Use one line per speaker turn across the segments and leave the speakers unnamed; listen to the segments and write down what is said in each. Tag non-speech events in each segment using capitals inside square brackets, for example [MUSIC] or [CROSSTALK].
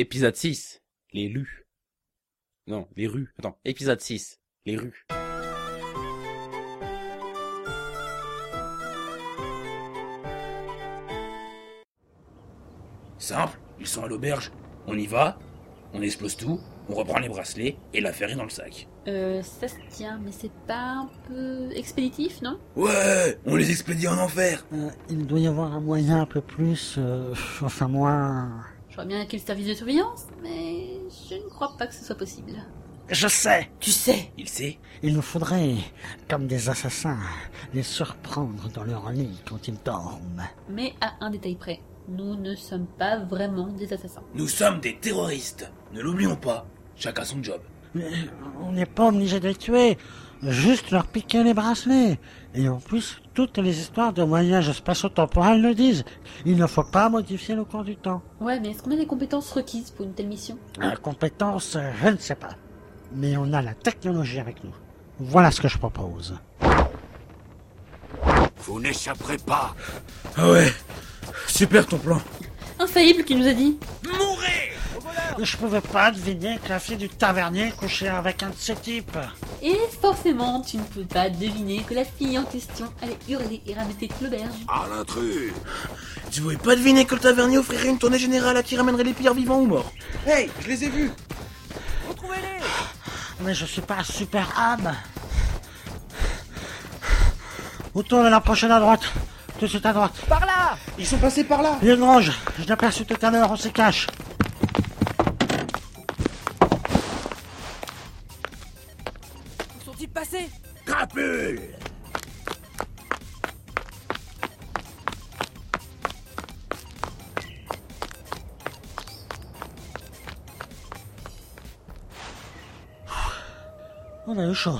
Épisode 6. Les lues. Non, les rues. Attends, épisode 6. Les rues.
Simple, ils sont à l'auberge. On y va, on explose tout, on reprend les bracelets et l'affaire est dans le sac.
Euh, ça se tient, mais c'est pas un peu expéditif, non
Ouais, on les expédie en enfer.
Euh, il doit y avoir un moyen un peu plus, euh, enfin moins.
J'aurais bien quel service de surveillance, mais je ne crois pas que ce soit possible.
Je sais.
Tu sais
Il sait
Il nous faudrait, comme des assassins, les surprendre dans leur lit quand ils dorment.
Mais à un détail près, nous ne sommes pas vraiment des assassins.
Nous sommes des terroristes. Ne l'oublions pas. Chacun son job.
Mais on n'est pas obligé de les tuer, juste leur piquer les bracelets. Et en plus, toutes les histoires de voyage spatio-temporel le disent. Il ne faut pas modifier le cours du temps.
Ouais, mais est-ce qu'on a les compétences requises pour une telle mission
La compétence, euh, je ne sais pas. Mais on a la technologie avec nous. Voilà ce que je propose.
Vous n'échapperez pas
Ah ouais, super ton plan.
Infaillible, qui nous a dit
Je pouvais pas deviner que la fille du tavernier couchait avec un de ces types.
Et forcément, tu ne peux pas deviner que la fille en question allait hurler et ramasser l'auberge.
à l'intrus
Tu voulais pas deviner que le tavernier offrirait une tournée générale à qui ramènerait les pires vivants ou morts Hey, je les ai vus
Mais je suis pas un super âme. Autour de la prochaine à droite. Tout de suite à droite. Par là Ils sont passés par là Il y a une range. Je l'ai aperçu tout à l'heure, on se cache.
sont-ils passés
Crapule
On a eu chaud.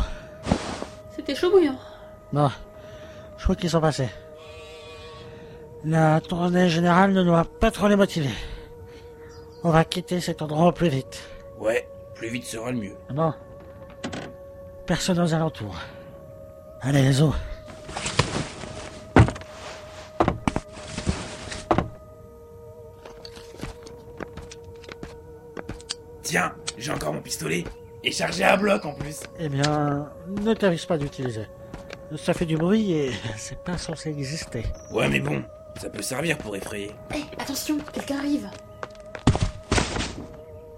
C'était chaud bouillant.
Bon. Je crois qu'ils sont passés. La tournée générale ne doit pas trop les motiver. On va quitter cet endroit au plus vite. Ah
Ouais, plus vite sera le mieux.
Bon. Personne aux alentours. Allez, les os.
Tiens, j'ai encore mon pistolet. Et chargé à bloc en plus.
Eh bien, ne t'avise pas d'utiliser. Ça fait du bruit et [LAUGHS] c'est pas censé exister.
Ouais, mais bon, ça peut servir pour effrayer.
Hé, Eh, attention, quelqu'un arrive.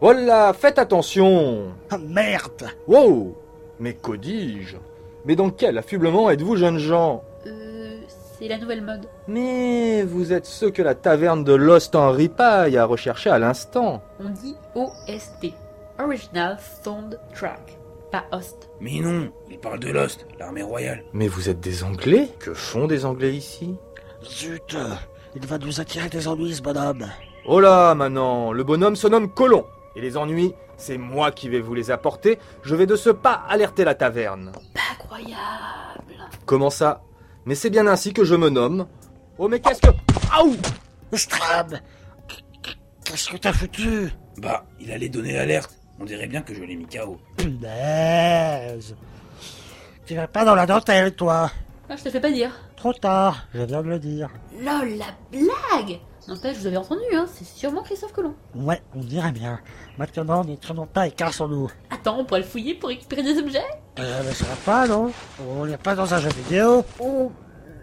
Oh là, faites attention
Ah merde
Wow Mais que dis-je Mais dans quel affublement êtes-vous, jeunes gens
Euh, c'est la nouvelle mode.
Mais vous êtes ceux que la taverne de Lost en Ripaille a recherché à l'instant.
On dit OST. Original Soundtrack. Pas host.
Mais non, il parle de Lost, l'armée royale.
Mais vous êtes des Anglais Que font des Anglais ici
Zut Il va nous attirer des ennuis, ce bonhomme.
Oh là, maintenant, le bonhomme se nomme Colomb. Et les ennuis, c'est moi qui vais vous les apporter. Je vais de ce pas alerter la taverne.
Pas croyable.
Comment ça Mais c'est bien ainsi que je me nomme. Oh mais qu'est-ce que... Aouh
Strab qu- qu- Qu'est-ce que t'as foutu
Bah, il allait donner l'alerte. On dirait bien que je l'ai mis KO.
Punaise Tu vas pas dans la dentelle, toi
Ah, je te le fais pas dire.
Trop tard, je viens de le dire.
LOL, la blague N'empêche, vous avez entendu, hein, c'est sûrement Christophe Colomb.
Ouais, on dirait bien. Maintenant, ne traînons pas et cassons-nous.
Attends, on pourra le fouiller pour récupérer des objets
Euh, mais ça va pas, non On n'est pas dans un jeu vidéo.
Oh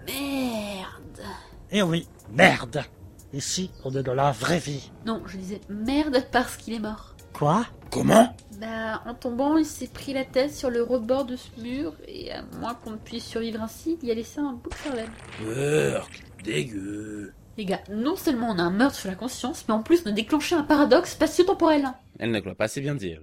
merde
Eh oui, merde Ici, on est dans la vraie vie.
Non, je disais merde parce qu'il est mort.
Quoi
Comment
Bah, en tombant, il s'est pris la tête sur le rebord de ce mur, et à moins qu'on ne puisse survivre ainsi, il y a laissé un bout de cervelle.
Burk, dégueu.
Les gars, non seulement on a un meurtre sur la conscience, mais en plus on a déclenché un paradoxe spatio-temporel.
Elle ne croit pas si bien dire.